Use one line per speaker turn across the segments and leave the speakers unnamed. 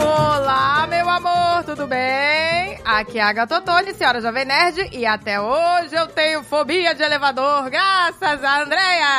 Olá, meu amor, tudo bem? Aqui é a Gatotone, senhora Jovem Nerd, e até hoje eu tenho fobia de elevador, graças a Andréia!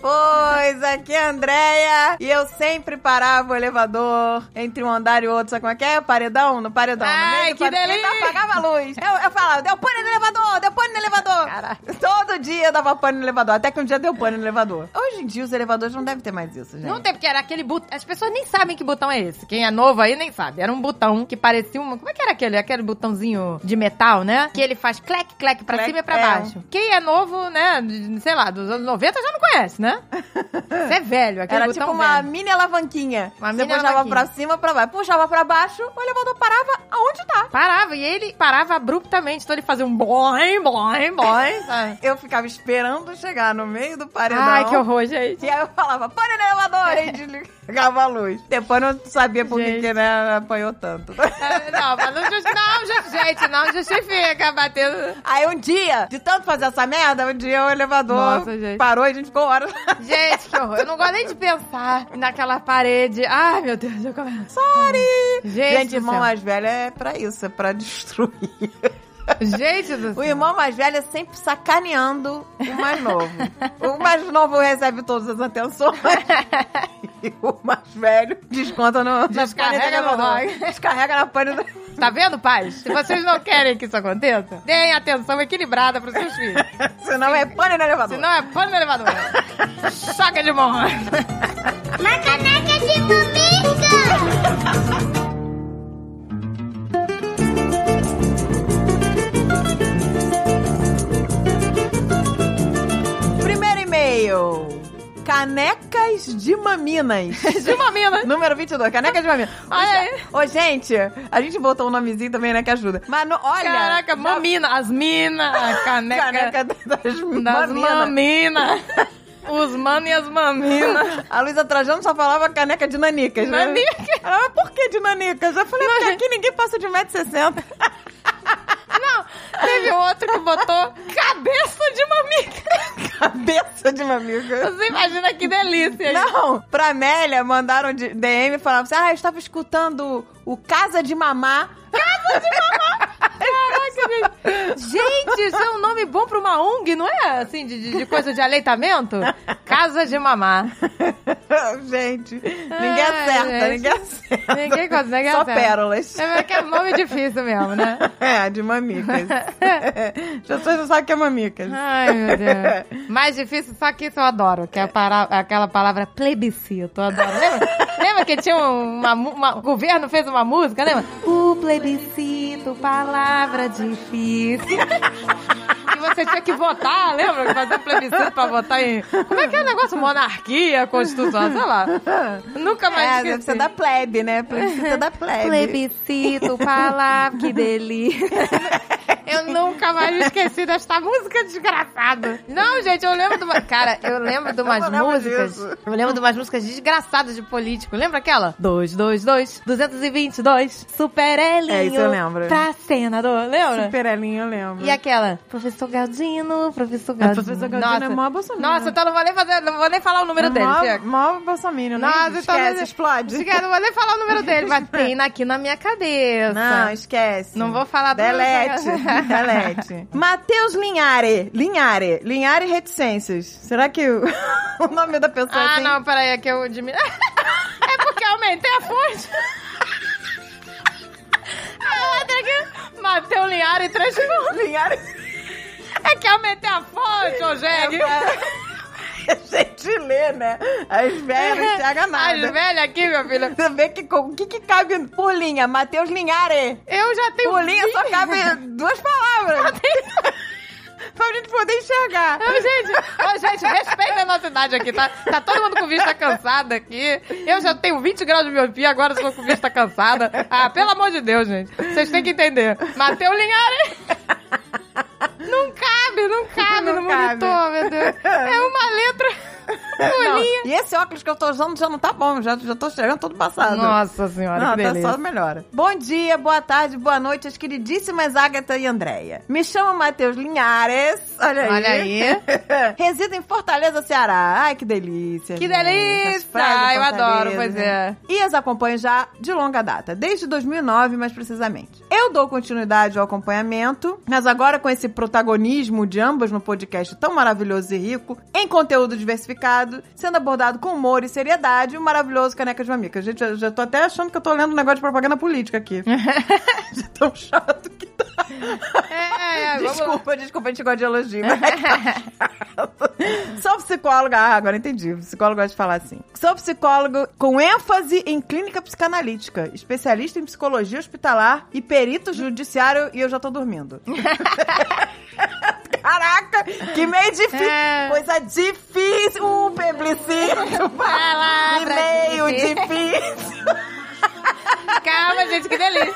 pois, aqui é a Andrea e eu sempre parava o elevador entre um andar e outro. Sabe como é que é? Paredão? No paredão. no
Ai,
meio do
que
paredão,
delícia!
Eu apagava a luz. Eu, eu falava, deu pane no elevador, deu pane no elevador.
Caraca.
Todo dia eu dava pane no elevador, até que um dia deu pane no elevador. Hoje em dia os elevadores não devem ter mais isso, gente.
Não tem, porque era aquele botão. As pessoas nem sabem que botão é esse. Quem é novo aí nem sabe. Era um botão que parecia uma. Como é que era aquele? Aquele botãozinho de metal, né? Que ele faz clec, clec pra
Clec,
cima e pra
é.
baixo. Quem é novo, né? de- Sei lá, dos anos 90 já não conhece, né? Você é velho, aquele
Era
botão
tipo uma
velho.
mini alavanquinha.
Uma
Você
mini
puxava
alavanquinha.
pra cima, pra baixo. Puxava pra baixo, o elevador parava aonde tá.
Parava, e ele parava abruptamente, então ele fazia um boing, boing, boing, sabe?
Eu ficava esperando chegar no meio do paredão.
Ai, que horror, gente.
E aí eu falava, pane no elevador, e desligava a luz. Depois eu não sabia por que
É. Gente.
que, né, apanhou tanto.
É, Não, mas não, justi- não, ju- gente, não justifica batendo.
Aí um dia, de tanto fazer essa merda, um dia o elevador
Nossa, gente.
parou e a gente ficou horas.
Gente, que horror. Eu não gosto nem de pensar naquela parede. Ai, meu Deus, eu começo.
Sorry!
Gente
gente
do
irmão
céu.
mais velho é pra isso, é pra destruir.
Gente do
O
céu.
irmão mais velho é sempre sacaneando o mais novo. O mais novo recebe todas as atenções. E o mais velho desconta no,
Descarrega
na pane do
no
elevador. Descarrega na pane do
Tá vendo, pais? Se vocês não querem que isso aconteça, deem atenção equilibrada pros seus filhos.
Senão é pane no elevador.
Senão é pano no elevador. Choca de mão.
Uma caneca de mamica!
Primeiro e-mail. Canecas de maminas.
De uma mina.
Número 22, caneca de mamina.
Olha aí.
Ô, gente, a gente botou um nomezinho também, né, que ajuda. Mas no- olha...
Caraca,
já-
mamina. As minas. A caneca,
Caneca das
das
maminas.
maminas. Os manos e as maminas.
A Luísa Trajano só falava caneca de nanicas, né?
Nanica.
Ela, mas por que de nanicas? Eu falei,
é.
porque aqui ninguém passa de 1,60m.
Não, teve um outro que botou cabeça de mamica.
Cabeça de mamica.
Você imagina que delícia.
Não, pra Amélia mandaram de- DM e falavam assim, ah, eu estava escutando o Casa de Mamá.
Caraca, gente. Gente, isso é um nome bom pra uma ONG, não é? Assim, de, de- de coisa de aleitamento? Casa de mamar.
gente,
Ai,
ninguém acerta,
gente.
ninguém acerta.
Ninguém consegue
Só
acertar.
pérolas.
É porque é nome difícil mesmo, né?
É, de mamicas. As pessoas não sabem o que é mamicas.
Ai, meu Deus. Mais difícil, só que isso eu adoro, que é a para- aquela palavra plebiscito. Eu adoro. Lembra, lembra que tinha um, uma, mu- uma- O governo fez uma música, lembra? O plebiscito, palavra difícil. Que você tinha que votar, lembra? Fazer plebiscito pra votar em. Como é que é o negócio? Monarquia, constituição, sei lá. Nunca mais
É, deve
esqueci.
ser da plebe, né? Plebiscito é da plebe.
Plebiscito, palavra, que delícia. Eu nunca mais esqueci desta música desgraçada. Não, gente, eu lembro de uma. Cara, eu lembro de umas
Eu não lembro
músicas.
disso.
Eu lembro de umas músicas desgraçadas de político. Lembra aquela? 222, 222, Super Elinho.
É, isso eu lembro.
Pra senador, lembra?
Superelinho, eu lembro.
né? E aquela? Professor Galdino, professor Galdino.
professor Galdino é mó bolsominion.
Nossa, então não vou nem fazer, não vou nem falar o número dele,
Mó-
Chico.
Mó bolsominion, né?
Nossa, então-
esquece, explode.
Chico, eu não vou nem falar o número dele, mas tem aqui na minha cabeça.
Não, esquece.
Não vou falar né? do-
Delete, delete. Matheus Linhare. Linhare. Linhare Reticências. Será que o, o nome da pessoa
Ah,
tem...
não, peraí, é que eu diminu... é porque eu aumentei a fonte. A outra aqui, matei o Linhara e transformou.
Linhare...
É que eu aumentei a fonte, ô Jeg.
É gente lê, né? As velhas não enxergam
As
nada.
velhas aqui, meu filho.
Você vê que, o que, que cabe por linha? Matheus Linhare.
Eu já tenho...
Por linha só cabe duas palavras. pra gente poder enxergar.
Ô, gente, ô, gente, respeita a nossa idade aqui, tá? Tá todo mundo com vista cansada aqui. Eu já tenho 20 graus de miopia, agora estou com vista cansada. Ah, pelo amor de Deus, gente. Vocês têm que entender. Matei o Linhares. Não cabe, não cabe
Não
no
cabe.
monitor, meu Deus. É uma letra.
Não,
Olhinha.
E esse óculos que eu tô usando já não tá bom, já, já tô chegando todo passado.
Nossa senhora,
Não,
que
tá
beleza.
só melhora. Bom dia, boa tarde, boa noite, as queridíssimas Agatha e Andréia. Me chamo Matheus Linhares, olha aí.
Olha aí.
Resido em Fortaleza, Ceará. Ai, que delícia.
Que
gente. As
delícia!
praias de
Eu
Fortaleza,
adoro, pois é.
E as acompanho já de longa data, desde 2009 mais precisamente. Eu dou continuidade ao acompanhamento, mas agora com esse protagonismo de ambas no podcast tão maravilhoso e rico, em conteúdo diversificado, sendo abordado com humor e seriedade, o maravilhoso Caneca de Mamica. Gente, eu já tô até achando que eu tô lendo um negócio de propaganda política aqui. de tão chato que tá.
É, é, vamos-
Desculpa, desculpa, a gente gosta de elogio. mas é que tá chato. Sou psicóloga. Ah, agora entendi. O psicólogo gosta de falar assim. Sou psicólogo com ênfase em clínica psicanalítica, especialista em psicologia hospitalar e perito judiciário e eu já tô dormindo. Caraca, que meio difícil.
É. Ah,
Coisa difícil. Um publicito. Que
Palavra
meio
difícil.
difícil.
Calma, gente, que delícia.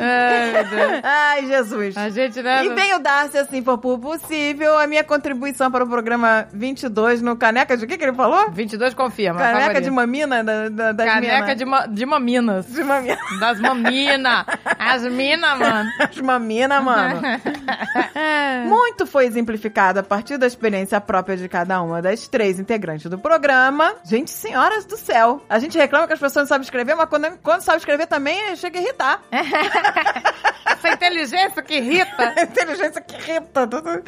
Ai, meu Deus.
Ai, Jesus.
A gente, né?
E venho dar, se assim for por possível, a minha contribuição para o programa 22 no Caneca de... O que que ele falou?
22 confirma.
Caneca
favorito.
de mamina? Da, da, das
Caneca
mina.
de, ma de maminas.
Tá de mamina.
Das maminas. As minas, mano.
As mamina, mano. Muito foi exemplificado a partir da experiência própria de cada uma das três integrantes do programa. Gente, senhoras do céu. A gente reclama que as pessoas não sabem escrever, mas quando, quando sabe escrever também, chega a irritar. É
Essa inteligência que irrita.
Inteligência que irrita. tudo.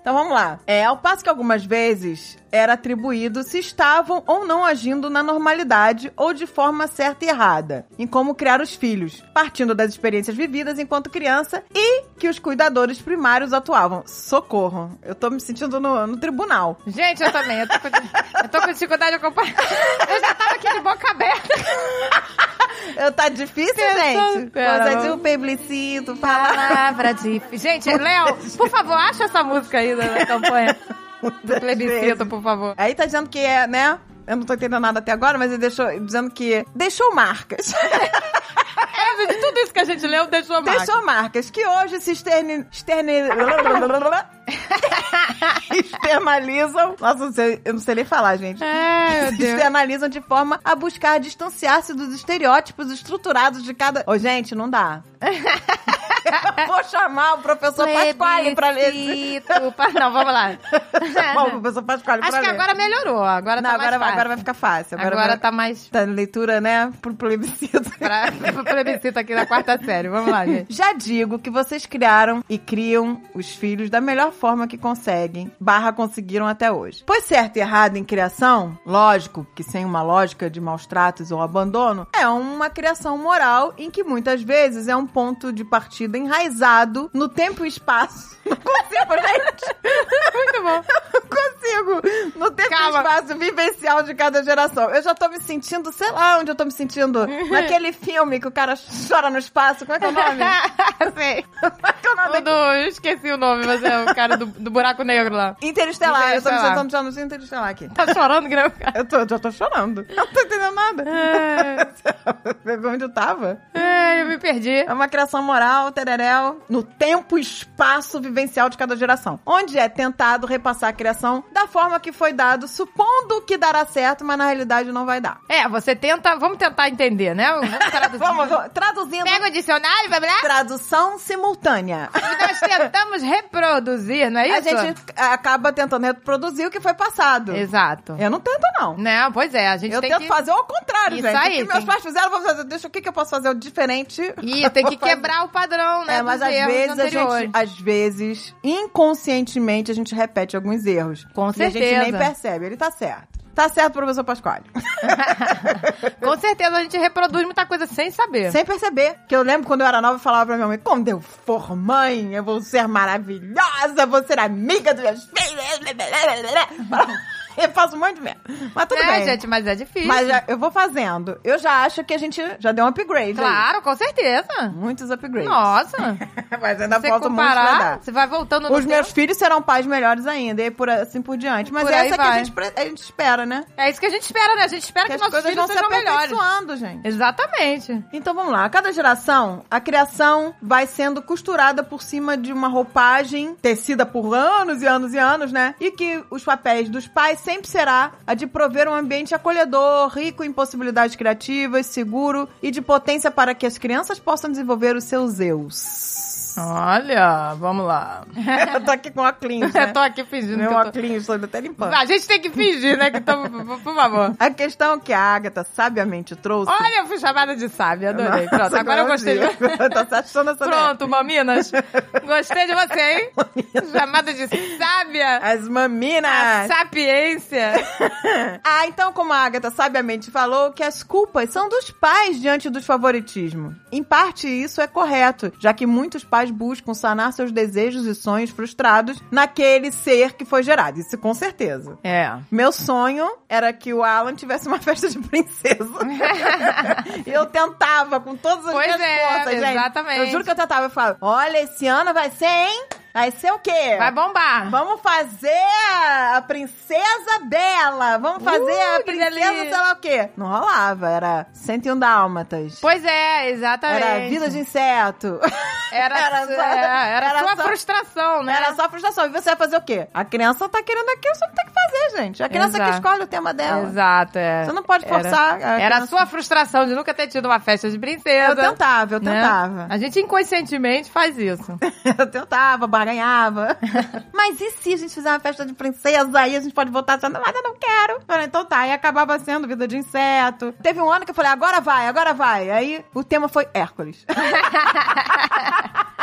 Então vamos lá. É, ao passo que algumas vezes era atribuído se estavam ou não agindo na normalidade ou de forma certa e errada em como criar os filhos, partindo das experiências vividas enquanto criança e que os cuidadores primários atuavam. Socorro! Eu tô me sentindo no, no tribunal.
Gente, eu também. Eu tô com, eu tô com dificuldade de acompanhar. Eu já tava aqui de boca aberta.
Eu, tá difícil,
Pensando,
gente?
cara,
Coisa de
não.
um publicito, falar.
Palavra de... Gente, Léo, por favor, acha essa música aí da da campanha. Do plebiscito, por favor.
Aí tá dizendo que é, né? Eu não tô entendendo nada até agora, mas ele deixou dizendo que deixou marcas.
É, de tudo isso que a gente leu, deixou mais.
Deixou marcas que hoje se externe... externe... externalizam. Nossa, eu não sei- eu não sei nem falar, gente.
Ai, É, meu
Se
Deus.
externalizam de forma a buscar distanciar-se dos estereótipos estruturados de cada. Ô, gente, não dá. Eu Vou chamar o professor Pasquale pra ler. esse-
Plebiscito, pa- Não, vamos lá.
Chamar o professor Pasquale pra
Acho que
ler.
agora melhorou. Agora
não,
tá
agora,
mais fácil.
agora vai ficar fácil. Agora,
Agora
vai...
tá mais...
tá leitura, né? Pro plebiscito.
Pra, pro plebiscito aqui da quarta série. Vamos lá, gente.
Já digo que vocês criaram e criam os filhos da melhor forma que conseguem, barra conseguiram até hoje. Pois certo e errado em criação, lógico que sem uma lógica de maus tratos ou abandono, é uma criação moral em que muitas vezes é um ponto de partida enraizado no tempo e espaço. Não consigo, gente!
Muito bom.
Não consigo! No tempo
Calma.
e espaço vivencial de cada geração. Eu já tô me sentindo, sei lá onde eu tô me sentindo, naquele filme que o cara chora no espaço, como é que é o nome?
Sei.
Qual que é o nome
O do- Ah, eu esqueci o nome, mas é o cara do, do buraco negro lá.
Interestelar. Eu tô me
Interestelar.
sentando já no Interestelar aqui.
Tá chorando, que nem o cara.
Eu tô, já tô chorando. Eu não tô entendendo nada. Onde eu tava?
Ai, eu me perdi.
É uma criação moral, tereréu, no tempo e espaço vivencial de cada geração. Onde é tentado repassar a criação da forma que foi dado, supondo que dará certo, mas na realidade não vai dar.
É, você tenta. Vamos tentar entender, né? Vamos traduzir.
Vamos, vamos, traduzindo.
Pega o dicionário, vai lá.
Tradução simultânea.
Nós tentamos reproduzir, não é
A
isso?
gente acaba tentando reproduzir o que foi passado.
Exato.
Eu não tento, não.
Não, pois é, a gente
Eu
tem
tento
que.
fazer ao contrário,
Isso
gente.
aí,
o que meus
tem-
pais fizeram, eu vou fazer. Deixa o que, que eu posso fazer diferente.
Ih, tem que
Vou fazer.
quebrar o padrão, né?
É, mas
dos
às
erros
vezes, a
anteriores.
gente, às vezes, inconscientemente, a gente repete alguns erros.
Com
e a
certeza.
gente nem percebe. Ele tá certo. Tá certo, professor Pasquale.
Com certeza a gente reproduz muita coisa sem saber.
Sem perceber. Que eu lembro quando eu era nova, eu falava pra minha mãe, quando eu for mãe, eu vou ser maravilhosa, vou ser amiga dos meus filhos. eu faço um monte de merda. Mas tudo
é,
bem.
gente, mas é difícil.
Mas já- eu vou fazendo. Eu já acho que a gente já deu um upgrade. aí.
Claro, com certeza.
Muitos upgrades.
Nossa.
Mas ainda
você
falta muito pra dar.
comparar, você vai voltando no
Os meus
tempo.
filhos serão pais melhores ainda, e por assim por diante. Mas
Por
é
aí
essa que a
vai.
gente, pre- a gente espera, né?
É isso que a gente espera, né? A gente espera que,
as
nossos
coisas
filhos
vão se
sejam melhores.
aperfeiçoando, gente.
Exatamente.
Então vamos lá, a cada geração, a criação vai sendo costurada por cima de uma roupagem tecida por anos e anos e anos, né? E que os papéis dos pais sempre será a de prover um ambiente acolhedor, rico em possibilidades criativas, seguro e de potência para que as crianças possam desenvolver os seus eus.
Olha, vamos lá.
Eu tô aqui com né? a clínica.
Eu tô aqui fingindo
Meu
que eu tô...
óculos, estou até limpando.
A gente tem que fingir, né? Que tamo... Por por favor.
A questão é que a Agatha sabiamente trouxe.
Olha, eu fui chamada de sábia, adorei.
Nossa,
Pronto, agora eu gostei.
elogio. Tá se achando essa
Pronto, maminas. Gostei de você, hein? Chamada de sábia.
As
A
maminas!
sapiência.
Ah, então, como a Agatha sabiamente falou, que as culpas são dos pais diante dos favoritismos. Em parte, isso é correto, já que muitos pais buscam sanar seus desejos e sonhos frustrados naquele ser que foi gerado. Isso com certeza.
É.
Meu sonho era que o Alan tivesse uma festa de princesa. e eu tentava com todas as
Pois
minhas
é,
forças, gente.
exatamente.
Eu juro que eu tentava. Eu falava, olha, esse ano vai ser, hein? Vai ser o quê?
Vai bombar.
é. Vamos fazer a princesa Bela. Vamos fazer
Uh,
a
que
princesa
delícia.
sei lá o quê. Não rolava, era 101 dálmatas.
Pois é, exatamente.
Era vida de inseto.
Era,
era
era,
só-
era
era
sua
só-
frustração, né?
Era só frustração. E você vai fazer o quê? A criança tá querendo aquilo, você não tem que fazer, gente. A criança
Exato.
que escolhe o tema dela.
Exato, é.
Você não pode forçar.
Era, era a sua frustração de nunca ter tido uma festa de princesa.
Eu tentava, eu
né?
tentava.
A gente inconscientemente faz isso.
Eu tentava, barganhava. Mas e se a gente fizer uma festa de princesa? Aí a gente pode votar sendo, mas eu não quero. Eu Falei, então tá. E acabava sendo vida de inseto. Teve um ano que eu falei, agora vai, agora vai. Aí o tema foi Hércules.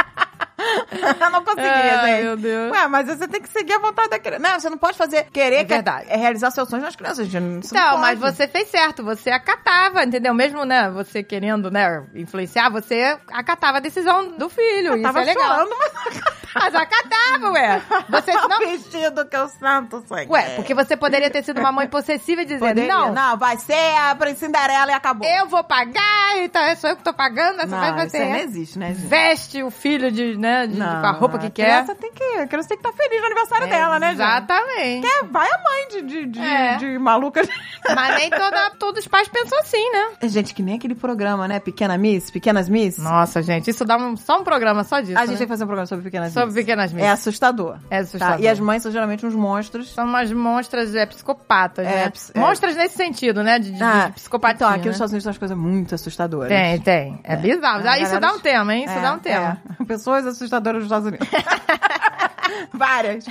eu não conseguia,
Ai,
gente.
meu Deus.
Ué, mas você tem que seguir a vontade da criança. Não, você não pode fazer, querer
É verdade.
Que, é realizar seus sonhos nas crianças. gente. Isso
Então,
não
mas
pode.
você fez certo, você acatava, entendeu? Mesmo, né, você querendo, né, influenciar, você acatava a decisão do filho.
Eu
isso
tava
é legal.
chorando, mas
Mas acatava, ué. Você
não...
não...
vestido que eu santo sangue.
Ué, porque você poderia ter sido uma mãe possessiva e dizendo,
Poderia.
não,
Não, vai ser a Prince Cinderela e acabou.
eu vou pagar, então sou eu que tô pagando, essa
Não,
vai
isso
fazer.
aí não existe, né, gente?
Veste o filho de, né, de, com a roupa que quer. É,
Criança tem que, a criança tem que estar feliz no aniversário é dela, né, gente?
Exatamente.
É, vai a mãe de, de, de,
É.
de maluca.
Mas nem toda, todos os pais pensam assim, né?
É, gente, que nem aquele programa, né? Pequena Miss, Pequenas Miss.
Nossa, gente, isso dá um- só um programa só disso.
a gente
né?
tem que fazer um programa sobre Pequenas
Sobre
Miss.
pequenas
É
meninas.
assustador.
É assustador.
E as mães são geralmente uns monstros.
São umas monstras é, psicopatas,
É,
né?
ps- é.
Monstras nesse sentido, né? De, de,
Ah,
de psicopatia.
Então, aqui
né?
nos Estados Unidos são as coisas muito assustadoras.
Tem, tem. É, bizarro.
Ah,
isso
galera-
dá um tema, hein? Isso
É,
dá um tema.
é. Pessoas assustadoras nos Estados Unidos. Várias.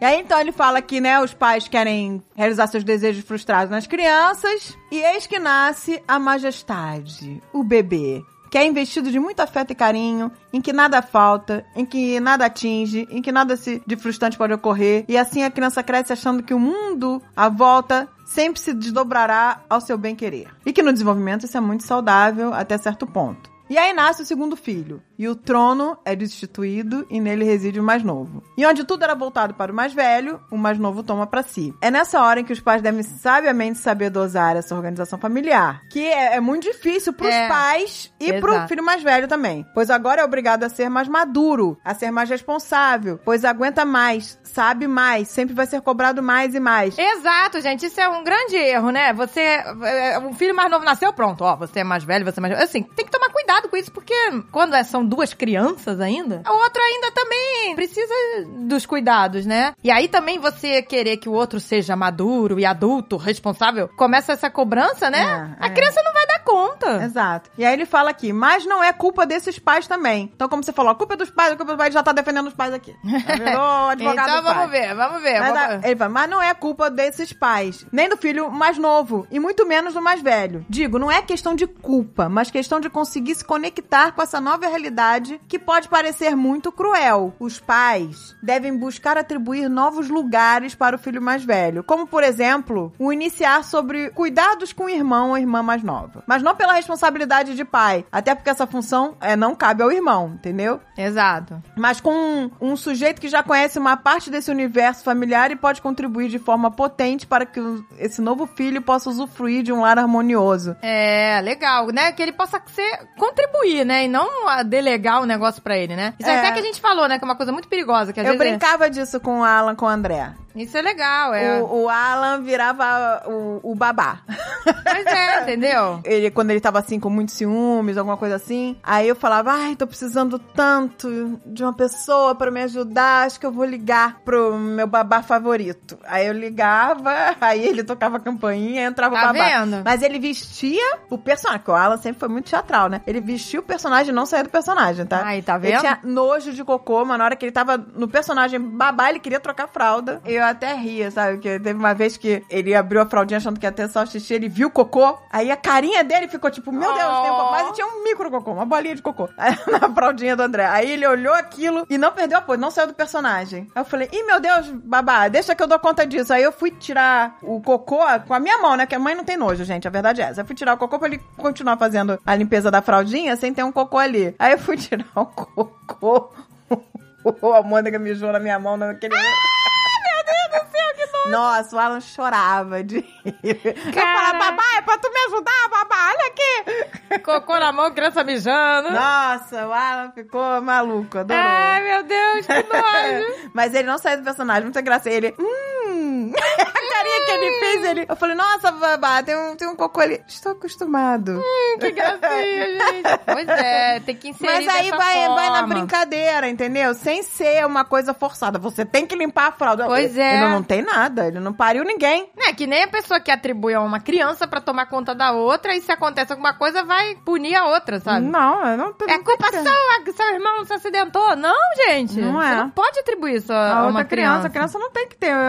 e aí, então, ele fala que, né, os pais querem realizar seus desejos frustrados nas crianças. E eis que nasce a majestade, o bebê. Que é investido de muito afeto e carinho, em que nada falta, em que nada atinge, em que nada se, de frustrante pode ocorrer. E assim a criança cresce achando que o mundo à volta sempre se desdobrará ao seu bem-querer. E que no desenvolvimento isso é muito saudável até certo ponto. E aí nasce o segundo filho, e o trono é destituído e nele reside o mais novo. E onde tudo era voltado para o mais velho, o mais novo toma para si. É nessa hora em que os pais devem sabiamente saber dosar essa organização familiar, que é, é muito difícil pros
É.
pais e pro
Exato.
filho mais velho também, pois agora é obrigado a ser mais maduro, a ser mais responsável, pois aguenta mais, sabe mais, sempre vai ser cobrado mais e mais.
Exato, gente. Isso é um grande erro, né? Você. é, Um filho mais novo nasceu, pronto. Ó, você é mais velho, você é mais. Assim, tem que tomar cuidado com isso, porque quando é- são duas crianças ainda, o outro ainda também precisa dos cuidados, né? E aí também você querer que o outro seja maduro e adulto, responsável, começa essa cobrança, né?
É,
A
é.
criança não vai dar conta.
Exato. E aí ele fala aqui, mas não é culpa desses pais também. Então, como você falou, a culpa é dos pais, a culpa dos pais já tá defendendo os pais aqui. Já Virou advogado
então
dos pais.
vamos ver, vamos ver.
Mas,
vamos-
a- ele fala, mas não é culpa desses pais, nem do filho mais novo, e muito menos do mais velho. Digo, não é questão de culpa, mas questão de conseguir se conectar com essa nova realidade que pode parecer muito cruel. Os pais devem buscar atribuir novos lugares para o filho mais velho, como por exemplo, o iniciar sobre cuidados com o irmão ou irmã mais nova. Mas não pela responsabilidade de pai, até porque essa função é, não cabe ao irmão, entendeu?
Exato.
Mas com um, um sujeito que já conhece uma parte desse universo familiar e pode contribuir de forma potente para que o- esse novo filho possa usufruir de um lar harmonioso.
É, legal, né? Que ele possa ser, contribuir, né? E não ah, delegar o negócio pra ele, né? Isso é.
É.
até que a gente falou, né? Que é uma coisa muito perigosa. Que às
Eu
vezes é-
brincava disso com o Alan, com o André.
Isso é legal, é.
O, o Alan virava o, o babá.
Mas é, entendeu?
Ele, quando ele tava assim, com muitos ciúmes, alguma coisa assim. Aí eu falava, ai, tô precisando tanto de uma pessoa pra me ajudar, acho que eu vou ligar pro meu babá favorito. Aí eu ligava, aí ele tocava a campainha, entrava
Tá
o babá.
vendo?
Mas ele vestia o personagem, que o Alan sempre foi muito teatral, né? Ele vestia o personagem e não saía do personagem, tá?
Aí, tá
Ele
vendo?
tinha nojo de cocô, mas na hora que ele tava no personagem babá, ele queria trocar a fralda. Eu até ria, sabe? Porque teve uma vez que ele abriu a fraldinha achando que ia ter só xixi, ele viu o cocô. Aí a carinha dele ficou tipo, meu Deus, tem um cocô. Mas ele tinha um micro cocô, uma bolinha de cocô aí, na fraldinha do André. Aí ele olhou aquilo e não perdeu a pose, não saiu do personagem. Aí eu falei, ih, meu Deus, babá, deixa que eu dou conta disso. Aí eu fui tirar o cocô com a minha mão, né? Que a mãe não tem nojo, gente, a verdade é essa. Eu fui tirar o cocô pra ele continuar fazendo a limpeza da fraldinha sem ter um cocô ali. Aí eu fui tirar o cocô. a Mônica mijou na minha mão naquele. Nossa, o Alan chorava de rir. Eu falava,
Caraca.
babá, é pra tu me ajudar, babá, olha aqui.
Cocô na mão, criança mijando.
Nossa, o Alan ficou maluco, adorou. É.
Ai, meu Deus, que nojo.
Mas ele não saiu do personagem, muita graça. Ele, hum... A carinha que ele fez, ele... Eu falei, nossa, babá, tem um, tem um cocô ali. Estou acostumado.
que gracinha, gente. Pois é, tem que inserir
Mas aí
dessa
vai, vai na
forma.
brincadeira, entendeu? Sem ser uma coisa forçada. Você tem que limpar a fralda.
Pois
ele,
é.
Ele não tem nada, ele não pariu ninguém.
É que nem a pessoa que atribui a uma criança pra tomar conta da outra e se acontece alguma coisa, vai punir a outra, sabe?
Não, eu não...
É culpa sua, seu irmão não se acidentou. Não, gente.
Não
Você
é.
não pode atribuir isso a,
a
a
outra
É, uma criança.
criança. A criança não tem que ter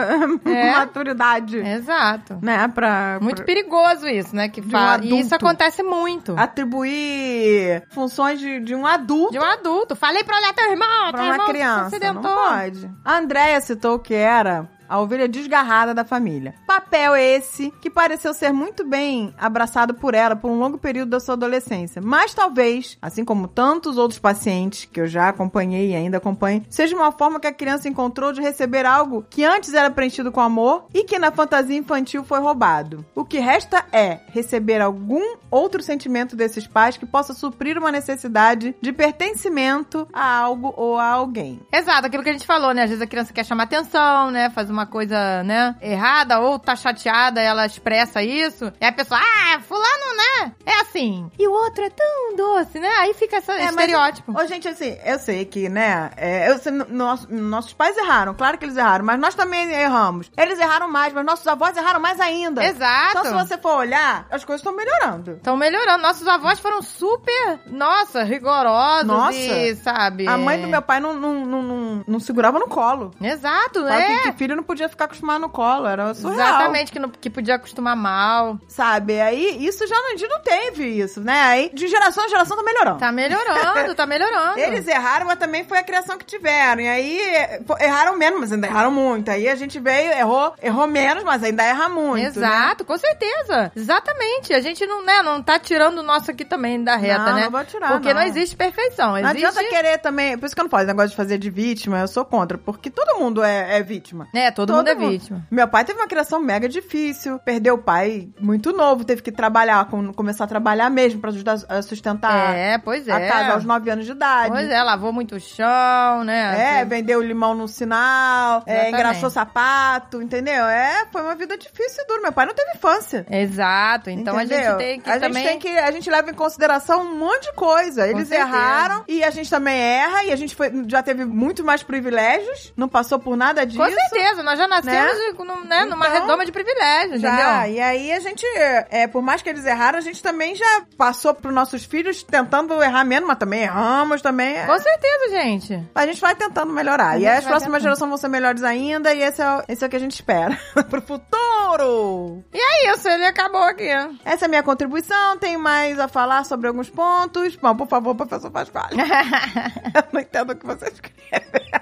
É.
maturidade,
Exato. É
né? Pra,
Muito
pra
perigoso isso, né? Que
um
fala. E isso
adulto.
acontece muito.
atribuir funções de, de um adulto
De um adulto. Falei pra olhar teu irmão,
pra
teu
uma
irmão se
criança. Não
acidentou.
pode. A Andrea citou que era a ovelha desgarrada da família. Papel esse que pareceu ser muito bem abraçado por ela por um longo período da sua adolescência. Mas talvez, assim como tantos outros pacientes que eu já acompanhei e ainda acompanho, seja uma forma que a criança encontrou de receber algo que antes era preenchido com amor e que na fantasia infantil foi roubado. O que resta é receber algum outro sentimento desses pais que possa suprir uma necessidade de pertencimento a algo ou a alguém.
Exato, aquilo que a gente falou, né? Às vezes a criança quer chamar atenção, né? Faz uma coisa, né? Errada ou tá chateada, ela expressa isso. E a pessoa, ah, fulano, né? É assim. E o outro é tão doce, né? Aí fica esse
É, mas-
estereótipo.
Ô, gente, assim, eu sei que, né? é, eu sei, no- nosso- nossos pais erraram, claro que eles erraram, mas nós também erramos. Eles erraram mais, mas nossos avós erraram mais ainda.
Exato.
Então, se você for olhar, as coisas estão melhorando.
Estão melhorando. Nossos avós foram super, nossa, rigorosos
Nossa.
e, sabe?
A mãe do meu pai não, não, não, não, não segurava no colo.
Exato,
Fala
né?
Que, que filho não podia ficar acostumado no colo, era surreal.
Exatamente, que, não- que podia acostumar mal.
Sabe? Aí, isso já não, a gente não teve isso, né? Aí, de geração em geração tá melhorando.
Tá melhorando, tá melhorando.
Eles erraram, mas também foi a criação que tiveram. E aí, eh, pô, erraram menos, mas ainda erraram muito. Aí a gente veio, errou, errou menos, mas ainda erra muito. né?
Exato, com certeza. Exatamente. A gente não, né, não tá tirando o nosso aqui também da reta,
Não,
né?
não vou tirar,
Porque
não.
não, existe perfeição.
Não
Existe.
adianta querer também. Por isso que eu não falo esse negócio de fazer de vítima, eu sou contra. Porque todo mundo é, é vítima.
É, todo, mundo é vítima.
Meu pai teve uma criação mega difícil, perdeu o pai muito novo, teve que trabalhar, com- começar a trabalhar mesmo pra ajudar a sustentar
é, pois é.
a casa aos 9 anos de idade.
Pois é, lavou muito o chão, né?
É, vendeu limão no sinal, é,
Exatamente.
engraçou sapato, entendeu? É, foi uma vida difícil e dura. Meu pai não teve infância.
Exato. Então a
entendeu?
gente tem que
a
também.
gente tem que a gente leva em consideração um monte de coisa. Eles
certeza.
erraram e a gente também erra e a gente foi- já teve muito mais privilégios, não passou por nada disso.
Com certeza, Nossa, nós já nascemos
Né?
com- num- né, numa
Então,
redoma de privilégio,
Já,
entendeu?
e aí a gente, é, por mais que eles erraram, a gente também já passou pros nossos filhos tentando errar menos, mas também erramos, também. é-
Com certeza, gente.
A gente vai tentando melhorar.
A
E
gente vai
as próximas
tentando.
gerações vão ser melhores ainda, e esse é, o- esse é o que a gente espera pro futuro!
E é isso, ele acabou aqui.
Essa é a minha contribuição, tenho mais a falar sobre alguns pontos. Bom, por favor, professor Pasquale. Eu não entendo o que você escreve.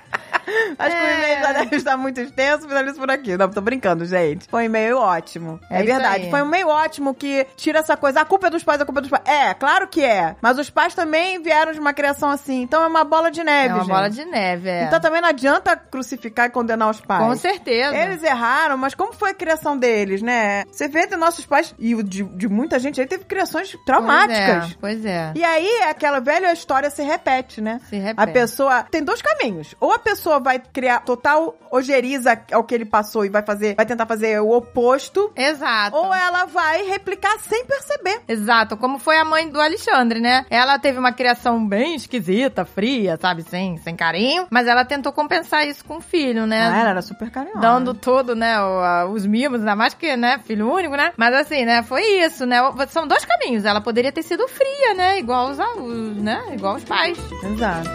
Acho que o e-mail
É.
da Débora está muito extenso, finalizo por aqui. Não, tô brincando, gente. Foi um e-mail ótimo. É,
É isso
verdade.
aí.
Foi um e-mail ótimo que tira essa coisa. A culpa é dos pais, a culpa é dos pais. É, claro que é. Mas os pais também vieram de uma criação assim. Então é uma bola de
É,
neve,
uma
gente.
bola de neve, é.
Então também não adianta crucificar e condenar os pais.
Com certeza. é,
Eles erraram, mas como foi a criação deles, né? Você vê de nossos pais e o de, de muita gente aí teve criações
é.
traumáticas.
Pois é. Pois é.
E aí aquela velha história se repete, né?
Se
A
repete.
pessoa tem dois caminhos. Ou a pessoa vai criar total ojeriza ao que ele passou e vai fazer, vai tentar fazer o oposto,
Exato.
ou ela vai replicar sem perceber.
Exato, como foi a mãe do Alexandre, né? Ela teve uma criação bem esquisita, fria, sabe? Sem, sem carinho. Mas ela tentou compensar isso com o filho, né?
Ah, ela era super carinhosa.
Dando todo, né, o- a- os mimos, ainda mais que, né, filho único, né? Mas assim, né, foi isso, né? O- São dois caminhos. Ela poderia ter sido fria, né? Igual os, a- os né? Igual os pais.
Exato.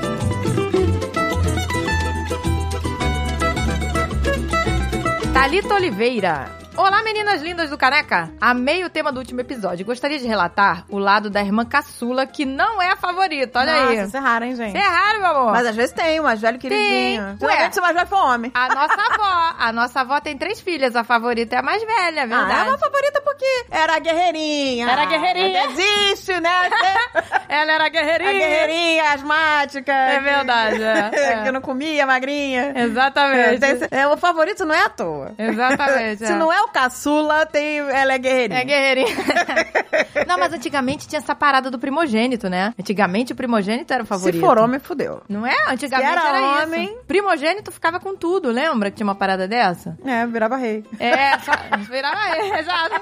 Thalita Oliveira. Olá, meninas lindas do Caneca! Amei o tema do último episódio. Gostaria de relatar o lado da irmã caçula, que não é a favorita. Olha
Nossa,
aí.
isso é raro, hein, gente?
Você é raro, meu amor.
Mas às vezes tem, o mais velho queridinho.
Tem.
Geralmente
Ué.
se o mais velho for homem.
A nossa avó. A nossa avó tem três filhas. A favorita é a mais velha, é
Ah, é
verdade.
uma favorita porque era a guerreirinha.
Era a guerreirinha. É
Até Existe, né? Até
Ela era guerreirinha.
a guerreirinha asmática.
É
que-
verdade, é, é.
que não comia, magrinha. É,
Exatamente.
tem esse- é, o favorito não é à toa.
Exatamente.
Se não é o caçula, tem, ela é guerreirinha.
É guerreirinha. não, mas antigamente tinha essa parada do primogênito, né? Antigamente o primogênito era o favorito.
Se for homem, fudeu.
Não é? Antigamente
Se era
isso.
homem-
Primogênito ficava com tudo, lembra que tinha uma parada dessa?
É, virava rei.
É, só virava ele, exato.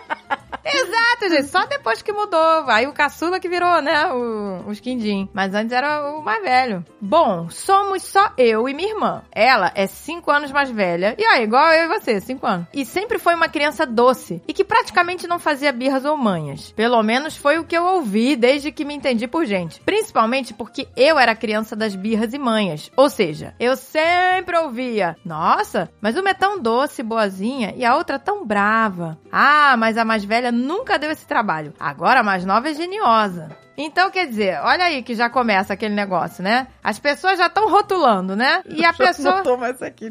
Exato, gente. Só depois que mudou. Aí o caçula que virou, né? O, os quindim. Mas antes era o mais velho. Bom, somos só eu e minha irmã. Ela é 5 anos mais velha. E aí, igual eu e você, 5 anos. E sempre foi uma criança doce. E que praticamente não fazia birras ou manhas. Pelo menos foi o que eu ouvi desde que me entendi por gente. Principalmente porque eu era criança das birras e manhas. Ou seja, eu sempre ouvia: Nossa, mas uma é tão doce, e boazinha, e a outra tão brava. Ah, mas a mais velha nunca deu esse trabalho. Agora a mais nova é geniosa. Então, quer dizer, olha aí que já começa aquele negócio, né? As pessoas já estão rotulando, né? E a
Já
pessoa.
Botou mais aqui,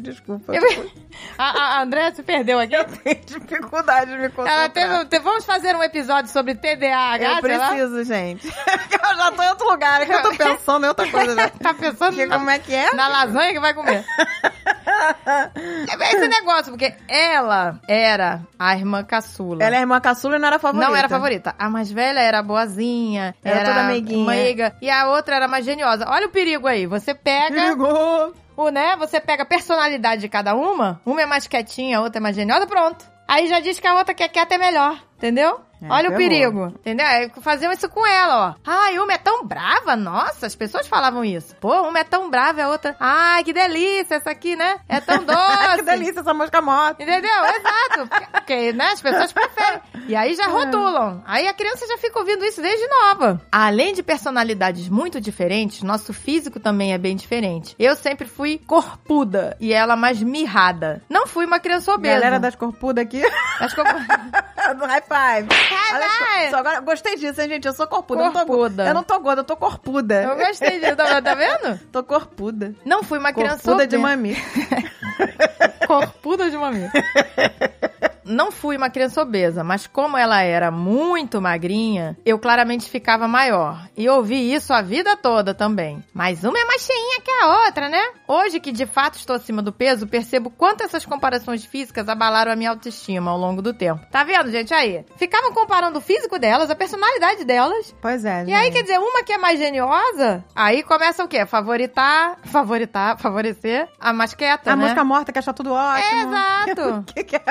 desculpa.
Eu- A, a André se perdeu aqui.
Tem dificuldade de me concentrar.
Ela teve. um- te- Vamos fazer um episódio sobre TDAH,
Eu
sei lá.
preciso, gente. eu já tô em outro lugar, é que eu tô pensando em outra coisa. né?
Tá pensando
Que-
na-
como é que é?
na lasanha que vai comer. É esse negócio, porque ela era a irmã caçula.
Ela é irmã caçula e não era favorita.
Não era a favorita. A mais velha era boazinha,
Era
era,
toda meiguinha.
meiga, e a outra era mais geniosa. Olha o perigo aí. Você pega
Ligou.
o, né? Você pega a personalidade de cada uma. Uma é mais quietinha, a outra é mais geniosa, pronto. Aí já diz que a outra que é quieta é melhor, entendeu?
É,
Olha o
ferrou.
perigo, entendeu? É, Faziam isso com ela, ó. Ai, uma é tão brava, nossa, as pessoas falavam isso. Pô, uma é tão brava, e a outra. Ai, que delícia, essa aqui, né? É tão doce.
Ai, que delícia essa mosca morta.
Entendeu? Exato. Porque, né, as pessoas preferem. E aí
É.
já rotulam. Aí a criança já fica ouvindo isso desde nova. Além de personalidades muito diferentes, nosso físico também é bem diferente. Eu sempre fui corpuda e ela mais mirrada. Não fui uma criança obesa.
Galera das corpudas aqui,
Acho que eu-
do high five. Olha
five.
só, só agora, gostei disso, hein, gente? Eu sou corpuda. eu não tô-
Corpuda.
eu não tô gorda, eu tô corpuda.
Eu gostei disso, tá, tá vendo?
Tô corpuda.
Não fui uma criança
Corpuda é de
obesa.
mami.
Corpuda de mamilo. Não fui uma criança obesa, mas como ela era muito magrinha, eu claramente ficava maior. E ouvi isso a vida toda também. Mas uma é mais cheinha que a outra, né? Hoje que de fato estou acima do peso, percebo quanto essas comparações físicas abalaram a minha autoestima ao longo do tempo. Tá vendo, gente? Aí. Ficavam comparando o físico delas, a personalidade delas.
Pois é,
E aí,
gente.
quer dizer, uma que é mais geniosa, aí começa o quê? Favoritar, favoritar, favorecer a mais quieta,
A
né?
mosca morta que achar tudo ótimo.
Exato.
Que que é?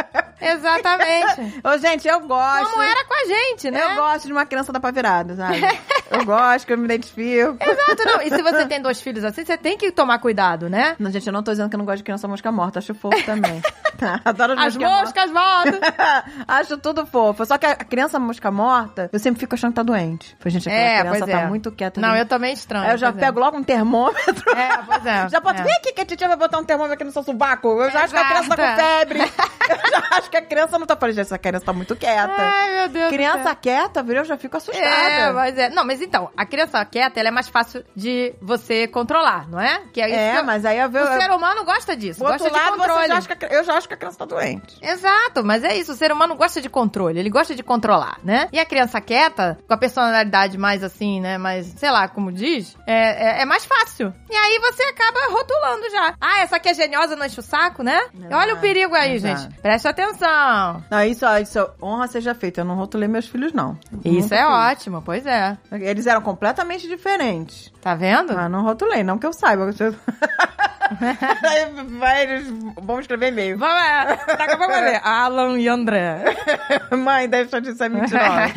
Exatamente.
Ô, gente, eu gosto.
Como era com a gente, né?
Eu gosto de uma criança da pá virada, sabe? eu gosto, que eu me identifico.
Exato, não. E se você tem dois filhos assim, você tem que tomar cuidado, né?
Não, gente, eu não tô dizendo que eu não gosto de criança mosca morta. Acho fofo também. Tá, Adoro
As
mosca morta.
moscas voltam.
Acho tudo fofo. Só que a criança mosca morta, eu sempre fico achando que tá doente. Falei, gente, aquela
É,
criança
pois
tá
é.
muito quieta.
Não,
né?
eu também estranho.
Aí eu já
pois é.
pego logo um termômetro.
É, pois é.
Já boto,
É.
vem aqui que a titia vai botar um termômetro aqui no seu subaco. Eu já acho que a criança tá com
Exato.
febre. eu já acho que a criança não tá falando, gente, essa criança tá muito quieta.
Ai, meu Deus. do
criança
céu.
quieta, viu? Eu já fico assustada.
É, mas é. Não, mas então, a criança quieta, ela é mais fácil de você controlar, não é? Que é isso
É,
que eu-
mas aí eu
O
vejo. eu-
ser humano gosta disso,
do outro
gosta de
lado, você
controle.
já acha que a cri- eu já acho que a criança tá doente.
Exato, mas é isso, o ser humano gosta de controle, ele gosta de controlar, né? E a criança quieta, com a personalidade mais assim, né? Mais, sei lá, como diz, é, é- é mais fácil. E aí você acaba rotulando já. Ah, essa aqui é geniosa, não enche o saco, né?
Exato,
Olha o perigo aí,
exato.
gente. Presta atenção.
Não, isso, ó, isso honra seja feita. Eu não rotulei meus filhos, não.
Isso
Nunca
é
fiz.
ótimo, pois é.
Eles eram completamente diferentes.
Tá vendo?
Ah, não rotulei, não que eu saiba. Aí Vai, eles vão escrever e-mail.
Vamos lá, daqui a pouco vai ver. Alan e André.
Mãe, deixa de ser mentirosa.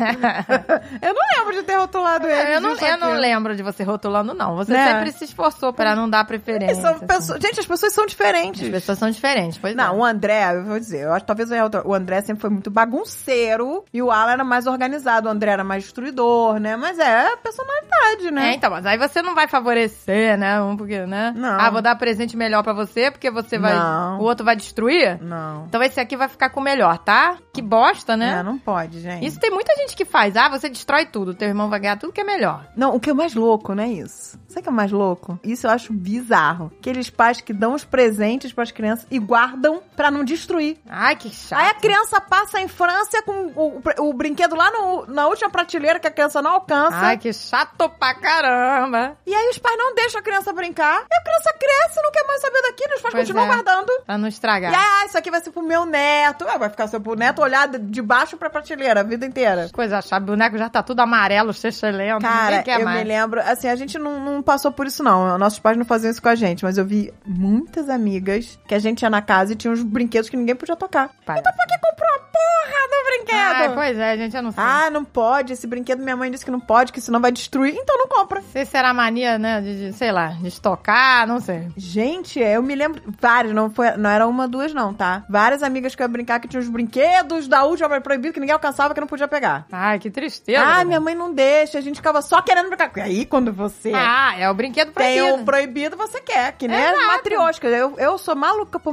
eu não lembro de ter rotulado eles.
Eu não,
disso
eu não
aqui.
lembro de você rotulando, não. Você
Né?
sempre se esforçou pra não dar preferência.
Eles são
assim.
pessoas- Gente, as pessoas são diferentes.
As pessoas são diferentes, pois
Não,
é.
o André, eu vou dizer, eu acho que talvez eu- o André sempre foi muito bagunceiro e o Alan era mais organizado, o André era mais destruidor, né? Mas é a personalidade,
É,
né?
então, mas aí você não vai favorecer, né? Um porque, né?
Não.
Ah, vou dar presente melhor pra você, porque você vai.
Não.
O outro vai destruir?
Não.
Então esse aqui vai ficar com o melhor, tá? Que bosta,
Né?
né?
não pode, gente.
Isso tem muita gente que faz. Ah, você destrói tudo, teu irmão vai ganhar tudo que é melhor.
Não, o que é mais louco, não é isso? Sabe o que é mais louco? Isso eu acho bizarro. Aqueles pais que dão os presentes pras crianças e guardam pra não destruir.
Ai, que
Aí a
chato.
criança passa em França com o, o brinquedo lá no- na última prateleira que a criança não alcança.
Ai, que chato pra caramba.
E aí os pais não deixam a criança brincar. E a criança cresce, não quer mais saber daquilo. Os pais
Pois
continuam
é. Tá.
guardando.
Pra não
E
estragar.
ah, isso aqui vai ser pro meu neto. Ah, vai ficar só pro neto olhar de- de baixo pra prateleira a vida inteira.
Coisa chata, o boneco já tá tudo amarelo, chechelento,
Cara,
ninguém quer
eu
mais.
me lembro, assim, a gente não, não passou por isso, não. Nossos pais não faziam isso com a gente, mas eu vi muitas amigas que a gente ia na casa e tinha uns brinquedos que ninguém podia tocar.
Palhaço.
Então pra que comprou a porra do
Ai,
brinquedo?
pois é, gente, eu não sei.
ah, não pode. Esse brinquedo minha mãe disse que não pode, que senão vai destruir. Então não compra.
Não sei se era mania, né, de, de, sei lá, de estocar, não sei.
Gente, eu me lembro. Várias, não, foi, não era uma, duas, não, tá? Várias amigas que eu ia brincar que tinham os brinquedos da última vai proibido que ninguém alcançava, que não podia pegar.
Ai, que tristeza. né?
ah, minha mãe não deixa, a gente ficava só querendo brincar. E aí, quando você
Ah, é o brinquedo
tem
proibido.
um proibido, você quer, que nem as
Exato.
matrioscas. Eu, eu sou maluca por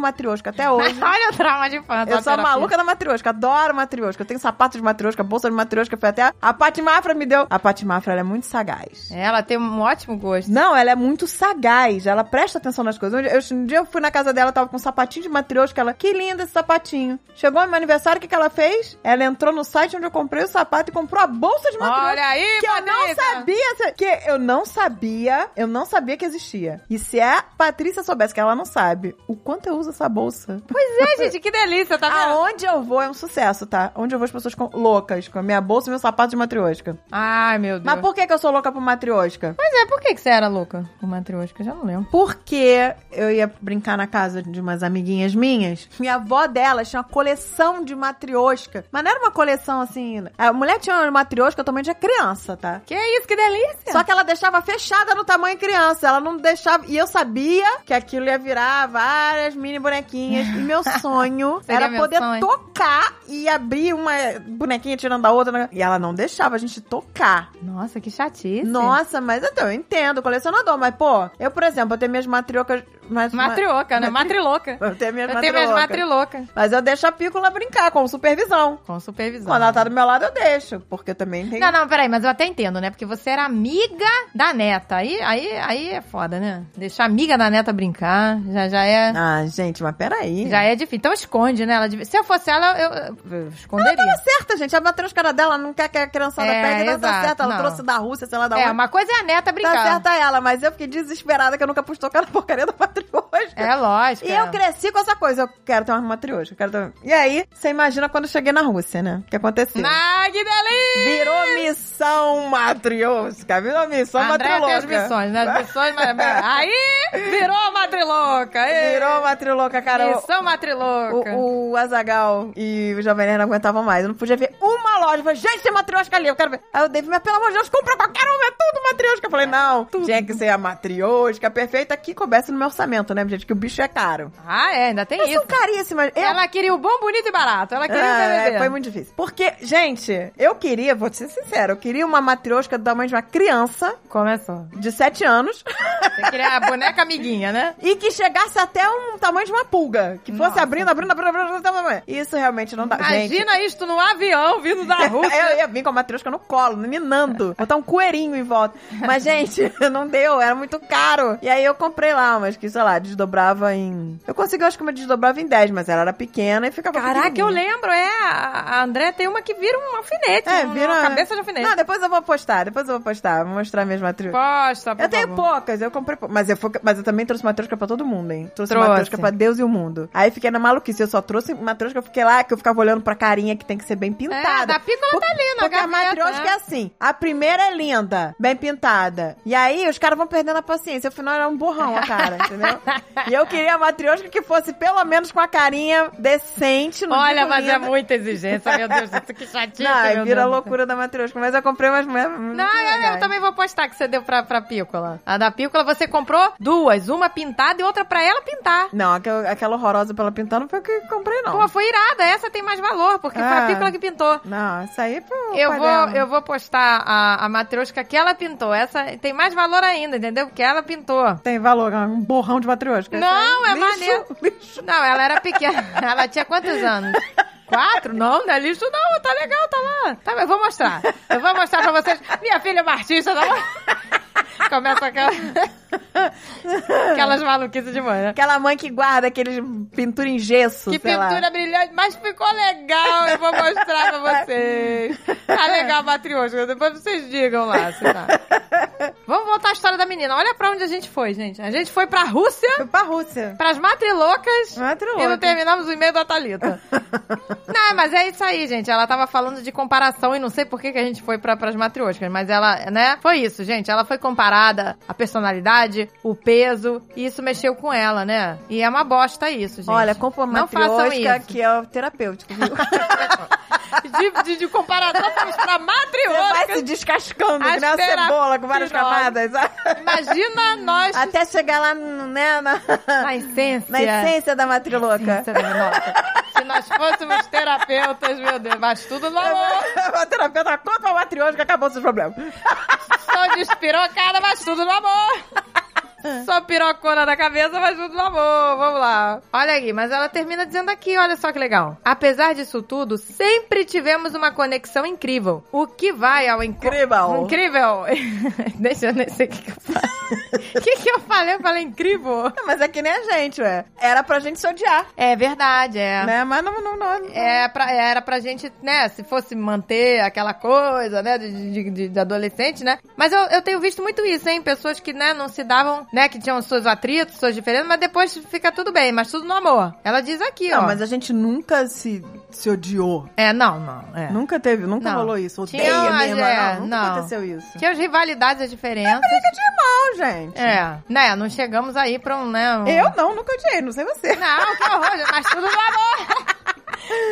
matriosca até hoje.
Olha o trauma de fã.
Eu sou maluca da matriosca, adoro matriosca. Eu tenho sapato de matriosca, bolsa de matriosca, foi até a, a Pati Mafra me deu. A Pati Mafra, ela é muito sagaz.
Ela tem um ótimo gosto.
Não, ela é muito sagaz, ela presta atenção nas coisas. Um dia- eu- Um dia eu fui na casa dela, tava com um sapatinho de matriosca, ela, que lindo esse sapatinho. Chegou no meu aniversário, o que, que ela fez? Ela entrou no site onde eu comprei o sapato e comprou a bolsa de matriosca.
Olha aí,
que eu não
Patrícia.
sabia, se- que eu não sabia, eu não sabia que existia. E se a Patrícia soubesse que ela não sabe, o quanto eu uso essa bolsa?
Pois é, gente, que delícia, tá vendo?
Aonde eu vou é um sucesso, tá? Onde eu vou as pessoas com- loucas, com a minha bolsa e meu sapato de matriosca.
Ai, meu Deus.
Mas por que que eu sou louca por matriosca?
Pois é, por que, que você era louca? O matriosca, eu já não lembro.
Porque eu ia brincar na casa de umas amiguinhas minhas. Minha avó delas tinha uma coleção de matriosca. Mas não era uma coleção assim. A mulher tinha uma matriosca, eu também tinha criança, tá?
Que isso, que delícia.
Só que ela deixava fechada no tamanho criança. Ela não deixava. E eu sabia que aquilo ia virar várias mini bonequinhas. E meu sonho
Seria
era
meu
poder
sonho.
tocar e abrir uma bonequinha tirando a outra. né? E ela não deixava a gente tocar.
Nossa, que chatice.
Nossa, mas então, eu entendo, colecionador, mas pô, eu, por exemplo, eu tenho minhas matriocas. mas-
Matrioca, né? Matrilouca.
Eu tenho minhas
Eu tenho minhas
matriocas.
matriloucas.
Mas eu deixo a pícola brincar com supervisão.
Com supervisão.
Quando ela tá do meu lado, eu deixo, porque também tem.
Não, não, peraí, mas eu até entendo, né? Porque você era amiga da neta. Aí, aí, aí é foda, né? Deixar a amiga da neta brincar já, já é.
Ah, gente, mas peraí.
Já é difícil. Então esconde, né? Ela devia- Se eu fosse ela, eu, eu- eu esconderia.
Tá certa, gente. A matriosca dela não quer que a criançada
É,
pegue, não tá
exato,
certa. Ela
não.
trouxe da Rússia, sei lá da
É,
onde.
uma coisa é a neta
Tá
brincar.
certa ela, mas eu fiquei desesperada que eu nunca pus tocar na porcaria da matriosca. lógica.
É lógico.
E eu cresci com essa coisa. Eu quero ter uma matriosca. eu Quero ter... E aí, você imagina quando eu cheguei na Rússia, né? O que aconteceu?
Na Guideli!
Virou missão matriosca. Virou missão
André tem as
matriloca.
missões, né? As missões, mas- mas- aí virou matriloca! ê!
Virou matriloca, cara. O-
Missão matriloca!
O, o Azagal e o Jovem Nerd não aguentavam mais. Eu não podia ver uma loja. Eu falei, gente, tem matriosca ali, eu quero ver. Aí o David, mas pelo amor de Deus, compra qualquer uma, é tudo matriosca. Eu falei, não, tinha que ser a matriosca perfeita que coubesse no meu orçamento, né, gente? Que o bicho é caro.
Ah, é, ainda tem
Mas
isso.
são caríssimas. Eu-
Ela queria o bom, bonito e barato. Ela queria
Ah,
o
é,
BBB.
foi muito difícil. Porque, gente, eu queria, vou te ser sincero, eu queria uma matriosca do tamanho de uma criança
Começou.
de 7 anos.
Você queria a boneca amiguinha, né?
E que chegasse até um tamanho de uma pulga. Que fosse
Nossa.
abrindo, abrindo, abrindo, abrindo, abrindo, abrindo. Isso realmente não dá. gente,
Imagina isto num avião vindo
É,
da Rússia.
Eu ia vir com a matriosca no colo, ninando. Botar um coeirinho em volta. Mas, gente, não deu, era muito caro. E aí eu comprei lá, mas que, sei lá, desdobrava em. Eu consegui, eu acho que uma desdobrava em 10, mas ela era pequena e ficava.
Caraca, eu
pequenininha.
lembro, é. A a André tem uma que vira um alfinete.
É,
um-
vira.
Uma cabeça de alfinete.
Não, depois eu vou postar, depois eu vou postar, vou mostrar minhas matrioscas.
Posta, por
Eu tenho
favor.
poucas, eu comprei poucas. Mas eu, fui- mas eu também trouxe matrosca pra todo mundo, hein? Trouxe,
Trouxe.
matrosca pra Deus e o mundo. Aí fiquei na maluquice. Eu só trouxe matrosca, eu fiquei lá, que eu ficava olhando pra carinha que tem que ser bem pintada.
É, da pícola
Por-
tá ali na
Porque a
gaveta,
matrosca
né?
é assim. A primeira é linda, bem pintada. E aí os caras vão perdendo a paciência. Afinal, era um burrão a cara, entendeu? E eu queria a matrosca que fosse pelo menos com a carinha decente. não
Olha,
digo
mas é
linda.
muita exigência, meu Deus do céu, que chatinho.
Não, aí
meu
vira a
Deus do céu.
loucura da matrosca. Mas eu comprei umas...
Não, eu, eu também vou postar que você deu pra, pra Pícola. A da Pícola você comprou duas, uma pintada e outra pra ela pintar.
Não, aquela, aquela horrorosa pra ela pintar não foi o que eu comprei, não.
Pô, foi irada, essa tem mais valor, porque foi
Ah.
a Pícola que pintou.
Não, isso aí é pro
Eu
pai
vou,
dela.
eu vou postar a, a matriosca que ela pintou. Essa tem mais valor ainda, entendeu? Porque ela pintou.
Tem valor, um borrão de matriosca.
Não, é
valeu.
maneiro. Não, ela era pequena. Ela tinha quantos anos? Quatro? Não, não é lixo, não. Tá legal, tá lá. Tá, eu vou mostrar. Eu vou mostrar pra vocês. Minha filha é uma artista, tá bom? Começa aquela... aquelas maluquices de manhã.
Aquela mãe que guarda aqueles pintura em gesso,
Que
sei lá.
pintura brilhante, mas ficou legal. Eu vou mostrar pra vocês. Tá legal a matriosca. Depois vocês digam lá se tá. Vamos voltar à história da menina. Olha pra onde a gente foi, gente. A gente foi pra Rússia.
Foi pra Rússia.
Pras matrilocas.
Matriloca.
E não terminamos o e-mail da Thalita. não, mas é isso aí, gente. Ela tava falando de comparação e não sei por que, que a gente foi pra, pras matrioscas, mas ela, né? Foi isso, gente. Ela foi comparada a personalidade, o peso, e isso mexeu com ela, né? E é uma bosta isso, gente.
Olha, compra uma
Não façam
matriosca
isso.
que é o terapêutico, viu?
De, de, de comparação fomos pra
Você vai
matriosca.
se descascando, que
As
nem uma
terapia-
cebola com várias
Nossa.
camadas.
Imagina nós
Até chegar lá, né, na,
na essência.
na essência da matriloca.
Essência da nota. Se nós fôssemos terapeutas, meu Deus, mas tudo no amor.
A terapeuta compra a matriosca, acabou seus problemas.
Sou despirocada, mas tudo no amor. Sou pirocona na cabeça, mas tudo no amor. Vamos lá. Olha aí, mas ela termina dizendo aqui, olha só que legal. Apesar disso tudo, sempre tivemos uma conexão incrível. O que vai ao encontro...
Incrível.
Incrível. Deixa eu nem sei o que, que eu falei. O que, que eu falei? Eu falei incrível.
Mas é que nem a gente, ué. Era pra gente se odiar,
É verdade, é.
né? Mas não, não, não.
É pra- era pra gente, né, se fosse manter aquela coisa, né, de, de- de- de adolescente, né? Mas eu, eu tenho visto muito isso, hein? Pessoas que, né, não se davam, né, que tinham seus atritos, suas diferenças, mas depois fica tudo bem, mas tudo no amor. Ela diz aqui, ó.
Não, mas a gente nunca se, se odiou.
É, não, não, é.
Nunca teve, nunca
Não.
rolou isso. Odeia
Tinha umas,
mesmo,
é,
não, nunca
não.
aconteceu isso.
Tinha as rivalidades, as diferenças.
Briga de irmão, gente.
É, né, não chegamos aí pra um, né, um...
Eu não, nunca odiei, não sei você.
Não, que horror, gente, mas tudo no amor.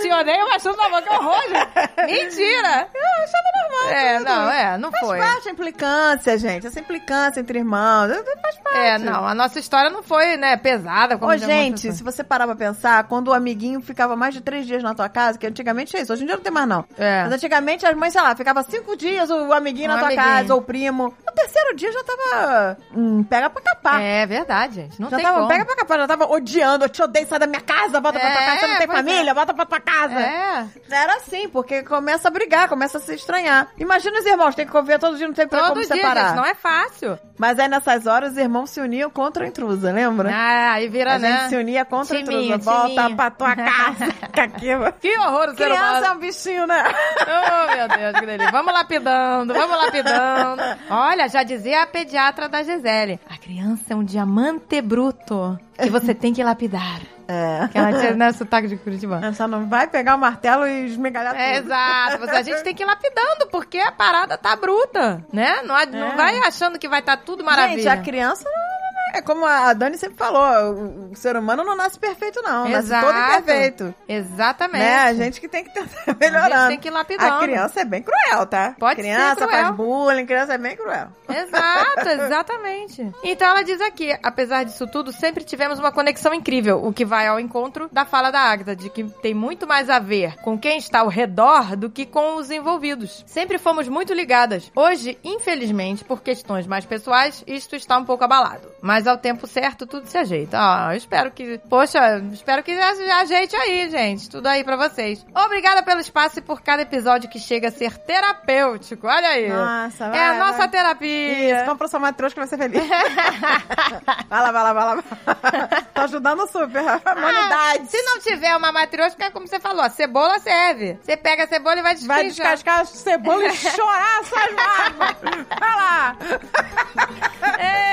Te odeio, mas tudo no amor, que horror, gente. Mentira.
Eu achava normal.
É,
tudo.
não, é, não
Faz
foi.
parte a implicância, gente. Essa implicância entre irmãos, faz parte.
É, não, a nossa história não foi, né, pesada como
Ô,
de algumas
gente,
pessoas.
se você parar pra pensar, quando o amiguinho ficava mais de três dias na tua casa, que antigamente é isso, hoje em dia não tem mais não.
É.
Mas antigamente as mães, sei lá, ficava cinco dias o amiguinho
Um
na tua
amiguinho.
casa, ou o primo. No terceiro dia já tava. Hum, pega pra capar.
É verdade, gente. Não
já
tem
tava,
como.
pega pra capar, já tava odiando, eu te odeio, sai da minha casa, volta pra tua
É,
casa, você não tem
pois é.
família, volta pra tua casa.
É.
Era assim, porque começa a brigar, começa a se estranhar. Imagina os irmãos, tem que conviver todo dia, não tem pra
Todo
como
dia,
separar.
gente, não é fácil.
Mas aí nessas horas os irmãos se uniam contra a intrusa, lembra?
Ah, aí vira,
A
né?
gente se unia contra
Timinho,
tudo. Volta
timinho.
pra tua casa. Fica aqui, mano.
Que horror o ser
Criança é
humano.
um bichinho, né?
Oh, meu Deus, que delícia. Vamos lapidando, vamos lapidando. Olha, já dizia a pediatra da Gisele. A criança é um diamante bruto. que você tem que lapidar.
É.
Que ela tira né, sotaque de Curitiba.
Ela É, só não vai pegar o martelo e esmegalhar
É,
tudo.
exato. Você- A gente tem que ir lapidando, porque a parada tá bruta, né? Não, ad- não vai achando que vai estar tá tudo maravilha.
É. Gente, a criança não- não- não- é como a Dani sempre falou, o- o ser humano não nasce perfeito não, nasce
Exato.
todo imperfeito.
Exatamente.
Né? A gente que tem que tentar melhorando.
A gente tem que ir lapidando.
A criança é bem cruel, tá?
Pode ser
criança
cruel.
faz bullying, criança é bem cruel.
Exato, exatamente. Então ela diz aqui, apesar disso tudo, sempre tivemos uma conexão incrível, o que vai ao encontro da fala da Agatha, de que tem muito mais a ver com quem está ao redor do que com os envolvidos. Sempre fomos muito ligadas. Hoje, infelizmente, por questões mais pessoais, isto está um pouco abalado. Mas ao tempo certo, tudo se ajeita. Ah, eu espero que... Poxa, espero que a- ajeite aí, gente. Tudo aí pra vocês. Obrigada pelo espaço e por cada episódio que chega a ser terapêutico. Olha aí.
Nossa,
É
vai,
a nossa
vai.
terapia.
Ah, Isso, é compra sua matrosca que vai ser feliz. vai lá, vai lá, vai lá. Tô ajudando super a humanidade.
Ah, se não tiver uma matriosca, como você falou, a cebola serve. Você pega a cebola e vai descascar.
Vai descascar a cebola e chorar suas mágoas. Vai lá.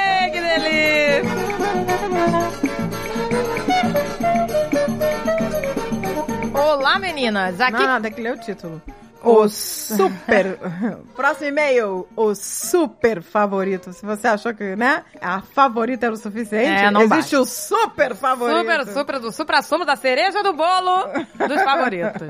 Ei, que delícia! Olá, meninas. Aqui...
Não, não, tem que ler o título. O super... Próximo e-mail. O super favorito. Se você achou que, né, a favorita era o suficiente,
É, não
existe o super favorito.
Super, super, do supra sumo da cereja do bolo dos favoritos.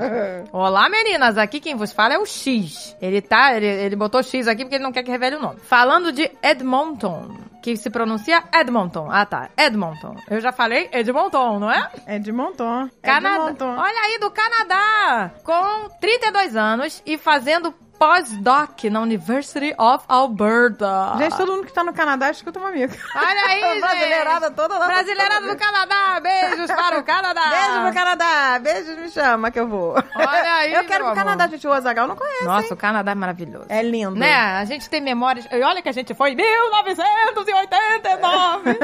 Olá, meninas. Aqui quem vos fala é o X. Ele tá, ele, ele botou X aqui porque ele não quer que revele o nome. Falando de Edmonton, que se pronuncia Edmonton. Ah, tá. Edmonton. Eu já falei Edmonton, não é?
É de montão. É de
Canadá.
montão.
Olha aí, do Canadá, com 32 anos e fazendo pós-doc na University of Alberta.
Gente, todo mundo que tá no Canadá escuta uma amiga.
Ah. Olha aí, gente.
Brasileirada toda lá.
Brasileirada do Canadá, beijos para o Canadá.
Beijo pro Canadá. Beijos, me chama que eu vou.
Olha aí,
Eu quero
meu
pro Canadá,
amor.
gente. O Azagal não conhece.
Nossa, o Canadá é maravilhoso.
É lindo.
Né? A gente tem memórias. E olha que a gente foi em 1989.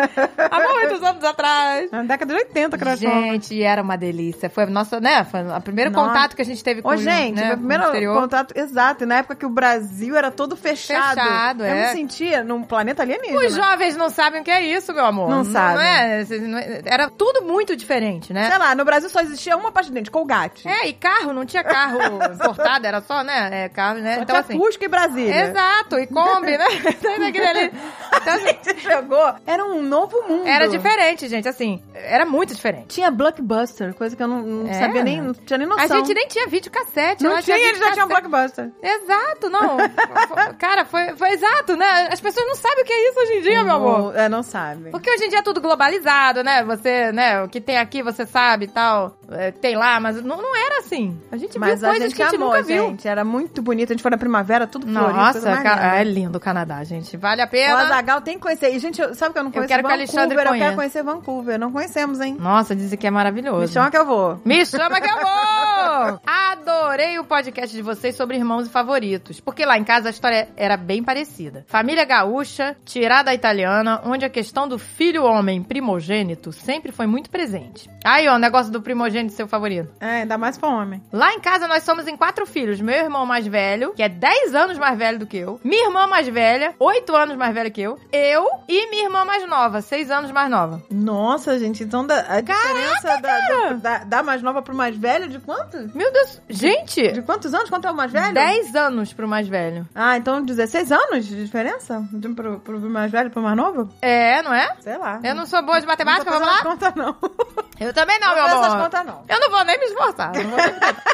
há muitos anos atrás.
Na década de 80 que nós fomos.
Gente, era uma delícia. Foi o nosso, né? Foi o primeiro
Nossa.
contato que a gente teve com
Ô, gente,
né,
meu
com o
primeiro
exterior.
contato exato, e na época que o Brasil era todo fechado.
Fechado,
eu
é.
me sentia num planeta alienígena.
Os jovens não sabem o que é isso, meu amor.
Não sabem.
é? Vocês não- Era tudo muito diferente, né?
Sei lá, no Brasil só existia uma parte de dente, Colgate.
É, e carro, não tinha carro importado, era só, né? É, carro, né?
Só
então,
tinha
assim.
Cusco e Brasília.
Exato, e Kombi, né? Então, aquilo ali. Então,
A
assim,
gente chegou, era um novo mundo.
era diferente, gente, assim. Era muito diferente.
Tinha blockbuster, coisa que eu não, não
É.
sabia nem, não tinha nem noção.
A gente nem tinha videocassete.
não
lá
tinha, eles já tinham
videocassete.
blockbuster.
Exato, não. Fo- Cara, foi, foi exato, né? As pessoas não sabem o que é isso hoje em dia, meu amor.
É, não sabe.
Porque hoje em dia é tudo globalizado, né? Você, né, o que tem aqui você sabe e tal. É, tem lá, mas não, não era assim. A gente
Mas
viu
a
coisas
gente
que a gente
amou,
nunca viu.
gente. Era muito bonito. A gente foi na primavera, tudo florido. coisa
Nossa,
mais
ca-
linda.
é lindo o Canadá, gente. Vale a
O
pena.
Azagal tem que conhecer. E, gente, eu- sabe que eu não conheço
quero que o
Vancouver?
Alexandre
Eu quero
conheça.
conhecer Vancouver. Não conhecemos, hein?
Nossa, dizem que é
Me
maravilhoso.
chama que eu vou.
Me chama que eu vou! Adorei o podcast de vocês sobre irmãos e favoritos, porque lá em casa a história era bem parecida. Família gaúcha, tirada italiana, onde a questão do filho homem primogênito sempre foi muito presente. Aí, ó, o negócio do primogênito seu favorito.
É, ainda mais pra homem.
Lá em casa nós somos em quatro filhos. Meu irmão mais velho, que é 10 anos mais velho do que eu. Minha irmã mais velha, 8 anos mais velha que eu. Eu e minha irmã mais nova, 6 anos mais nova.
Nossa, gente, então da- a diferença da, do- da, da mais nova pro mais velho de quanto?
Meu Deus, gente!
De quantos anos? Quanto é o mais velho?
10 anos pro mais velho.
Ah, então 16 anos de diferença? De um Pro, pro mais velho pro mais novo?
É, não é?
Sei lá.
Eu não sou boa de
Não tô
matemática, vamos
fazendo
lá?
as contas, não.
Eu também não,
Não
meu
faz essas
amor.
contas, não.
Eu não vou nem me esforçar. não vou nem me esforçar.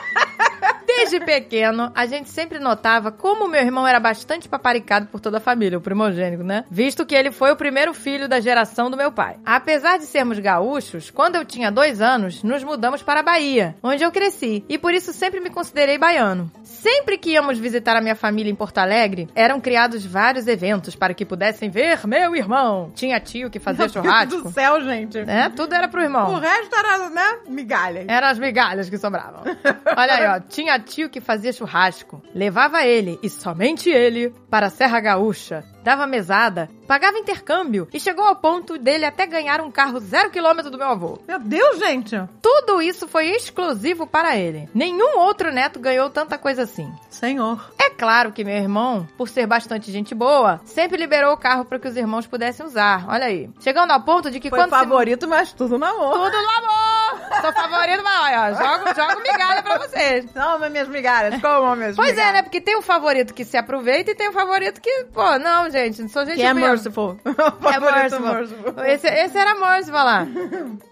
Desde pequeno, a gente sempre notava como meu irmão era bastante paparicado por toda a família, o primogênito, né? Visto que ele foi o primeiro filho da geração do meu pai. Apesar de sermos gaúchos, quando eu tinha dois anos, nos mudamos para a Bahia, onde eu cresci, e por isso sempre me considerei baiano. Sempre que íamos visitar a minha família em Porto Alegre, eram criados vários eventos para que pudessem ver meu irmão. Tinha tio que fazia
Meu Deus do
churrasco.
céu, gente.
É, tudo era pro irmão.
O resto era, né, migalhas.
Eram as migalhas que sobravam. Olha aí, ó. Tinha tio que fazia churrasco. Levava ele, e somente ele, para a Serra Gaúcha. Dava mesada, pagava intercâmbio e chegou ao ponto dele até ganhar um carro zero quilômetro do meu avô.
Meu Deus, gente!
Tudo isso foi exclusivo para ele. Nenhum outro neto ganhou tanta coisa assim.
Senhor.
É claro que meu irmão, por ser bastante gente boa, sempre liberou o carro para que os irmãos pudessem usar. Olha aí. Chegando ao ponto de que
Foi
quando se
favorito, mas tudo na mão.
tudo no amor. Sou favorito, mas olha, ó, jogo, jogo migalha pra vocês.
Toma minhas migalhas, coma minhas
Pois é,
migalhas.
né? Porque tem um favorito que se aproveita e tem um favorito que, pô, não, gente, não sou gente
Que é
ruim.
merciful.
É né?
Favorito
merciful. Esse, esse era merciful lá.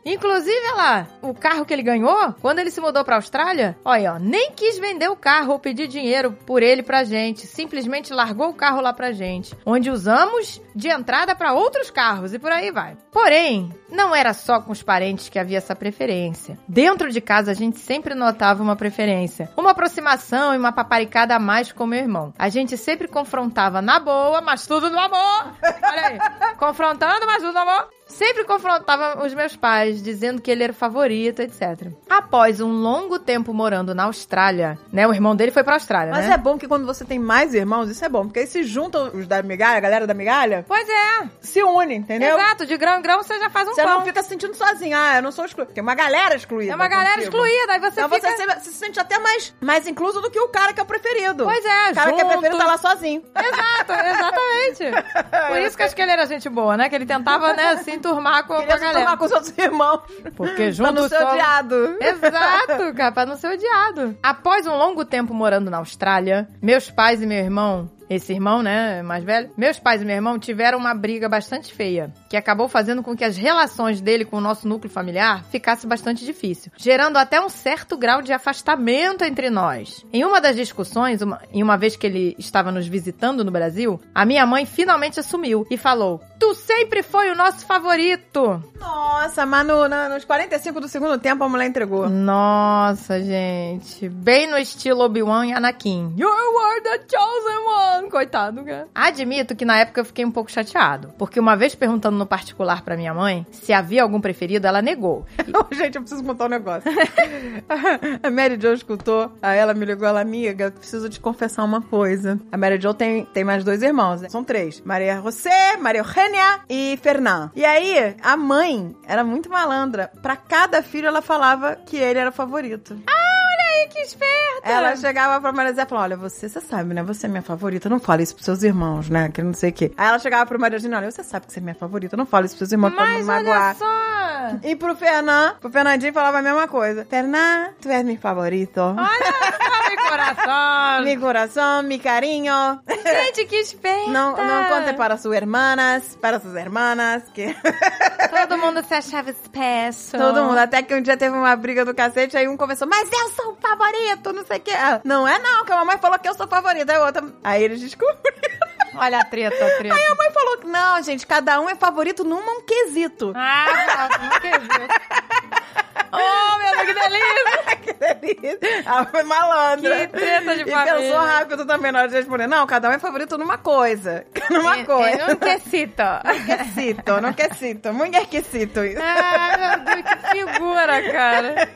Inclusive, olha lá, o carro que ele ganhou, quando ele se mudou pra Austrália, olha, ó, nem quis vender o carro ou pedir dinheiro por ele pra gente. Simplesmente largou o carro lá pra gente, onde usamos de entrada pra outros carros e por aí vai. Porém, não era só com os parentes que havia essa preferência. Dentro de casa, a gente sempre notava uma preferência, uma aproximação e uma paparicada a mais com meu irmão. A gente sempre confrontava na boa, mas tudo no amor. Olha aí, confrontando, mas tudo no amor. Sempre confrontava os meus pais, dizendo que ele era o favorito, etc. Após um longo tempo morando na Austrália, né? O irmão dele foi pra Austrália,
Mas
né?
é bom que quando você tem mais irmãos, isso é bom. Porque aí se juntam os da migalha, a galera da migalha,
Pois é,
se une, entendeu?
exato. De grão em grão você já faz um
Você
pão.
não fica se sentindo sozinho. Ah, eu não sou excluído. Tem uma galera excluída.
É uma galera
contigo.
excluída, aí você
Então
fica...
você se, se sente até mais, mais incluso do que o cara que é o preferido.
Pois é,
O cara que é
juntos.
preferido tá lá sozinho.
Exato, exatamente. Por isso que eu acho que ele era gente boa, né? Que ele tentava, né, se enturmar com, com
Queria
a
se tomar
galera.
com os outros irmãos.
Porque
Pra não
juntos
ser odiado.
Exato, cara, pra não ser odiado. Após um longo tempo morando na Austrália, meus pais e meu irmão, esse irmão, né, mais velho, meus pais e meu irmão tiveram uma briga bastante feia, que acabou fazendo com que as relações dele com o nosso núcleo familiar ficasse bastante difícil, gerando até um certo grau de afastamento entre nós. Em uma das discussões, uma, em uma vez que ele estava nos visitando no Brasil, a minha mãe finalmente assumiu e falou: "Tu sempre foi o nosso favorito".
Nossa, mas no, na- nos 45 do segundo tempo a mulher
Uhum.
entregou.
Nossa, gente. Bem no estilo Obi-Wan e Anakin. You are the chosen one. Coitado, cara. Admito que na época eu fiquei um pouco chateado. Porque uma vez perguntando no particular pra minha mãe se havia algum preferido, ela negou.
Não, gente, eu preciso contar um negócio. a Mary Jo escutou, aí ela me ligou, ela, amiga, eu preciso te confessar uma coisa. A Mary Jo tem, tem mais dois irmãos, né? São três. Maria José, Maria Eugênia e Fernand. E aí, a mãe era muito malandra. Pra cada filho, ela falava que ele era o favorito.
Ai, Ah, que esperta.
Ela chegava pra Maria José e falava: Olha, você, você sabe, né? Você é minha favorita. Não fala isso pros seus irmãos, né? Que não sei o quê. Aí ela chegava pro Maria Eugênia: Olha, você sabe que você é minha favorita. Não fala isso pros seus irmãos pra não
Mas olha
magoar.
só.
E pro Fernan, pro Fernandinho falava a mesma coisa. Fernan, tu és meu favorito.
Olha, meu coração.
Mi coração, mi carinho.
Gente, que esperta.
Não, não conte para suas hermanas, para suas hermanas, que
Todo mundo se achava especial.
todo mundo. Até que um dia teve uma briga do cacete, aí um começou, mas eu sou o favorito, não sei o que. Não é não, que a mamãe falou que eu sou o favorito. Aí, a outra... aí eles descobriram.
Olha a treta, a treta.
Aí a mãe falou que não, gente, cada um é favorito num um quesito.
Ah, não quer ver. Oh, meu Deus, que delícia.
que delícia. Ela foi
Que
malandra.
treta de
e
família.
pensou rápido também na hora de responder. Não, cada um é favorito numa coisa. Numa
É,
coisa.
é, não quesita.
Quesito, não quesito. Muito quesito.
Ah, meu Deus, que figura, cara.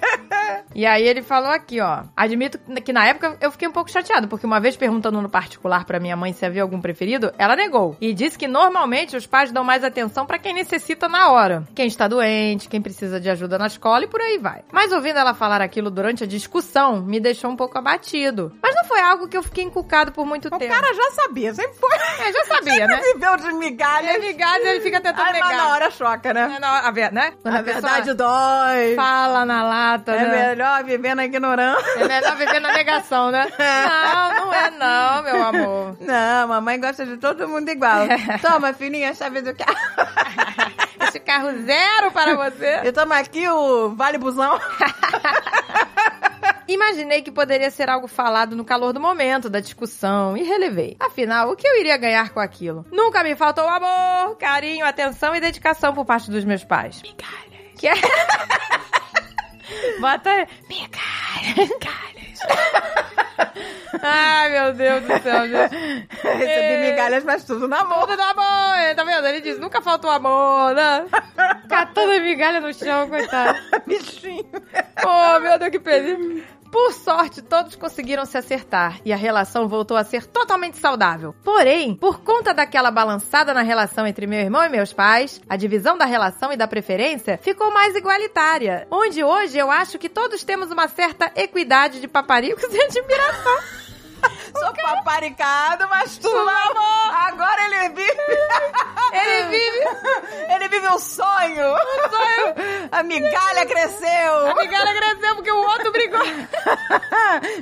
E aí ele falou aqui, ó. Admito que na época eu fiquei um pouco chateado, porque uma vez perguntando no particular pra minha mãe se havia algum preferido, ela negou. E disse que normalmente os pais dão mais atenção pra quem necessita na hora. Quem está doente, quem precisa de ajuda na escola e por aí vai. Mas ouvindo ela falar aquilo durante a discussão, me deixou um pouco abatido. Mas não foi algo que eu fiquei encucado por muito
O
tempo.
cara já sabia, sempre foi.
É, já sabia, né?
Sempre viveu de migalhas.
É ligado, ele fica tentando
Ai, mas
negar.
na hora choca, né?
É na hora- a ver- né? Quando
A
pessoa
verdade dói.
fala na lata,
É
né?
melhor viver na ignorância.
É melhor viver na negação, né? Não, não é não, meu amor.
Não, mamãe gosta de todo mundo igual.
É.
Toma, filhinha, a chave do carro.
Este carro zero para você.
Eu tomo aqui o Vale Busão.
Imaginei que poderia ser algo falado no calor do momento, da discussão, e relevei. Afinal, o que eu iria ganhar com aquilo? Nunca me faltou amor, carinho, atenção e dedicação por parte dos meus pais. Migalhas. Que é... Bota aí. Migalhas. Migalhas. Ai, meu Deus do céu, gente. É,
Recebi migalhas, mas tudo na mão.
Tudo na mão, é, tá vendo? Ele diz, nunca faltou amor, né? Catando migalha no chão, coitado.
Bichinho.
Oh, meu Deus, que perigo. Por sorte, todos conseguiram se acertar e a relação voltou a ser totalmente saudável. Porém, por conta daquela balançada na relação entre meu irmão e meus pais, a divisão da relação e da preferência ficou mais igualitária. Onde hoje eu acho que todos temos uma certa equidade de paparicos e admiração.
Sou paparicado, mas tu não. Agora ele vive.
Ele vive,
Ele vive um sonho. Um sonho. A migalha cresceu.
a migalha cresceu porque o outro brigou.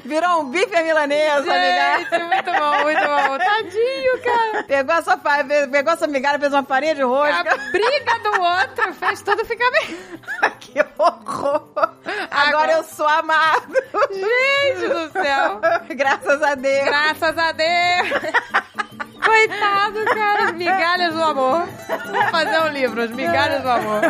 Virou um bife à milanesa, migalha.
Gente, muito bom, muito bom. Tadinho, cara.
Pegou essa, fa- pegou essa migalha, fez uma farinha de
A
rosca.
briga do outro fez tudo ficar bem.
que horror. É Agora eu sou amado.
Gente do céu.
Graças a Deus.
Graças a Deus. Coitado, cara. As Migalhas do amor. Vou fazer um livro, As Migalhas do Amor.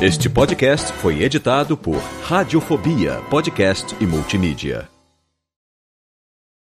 Este podcast foi editado por Radiofobia, podcast e multimídia.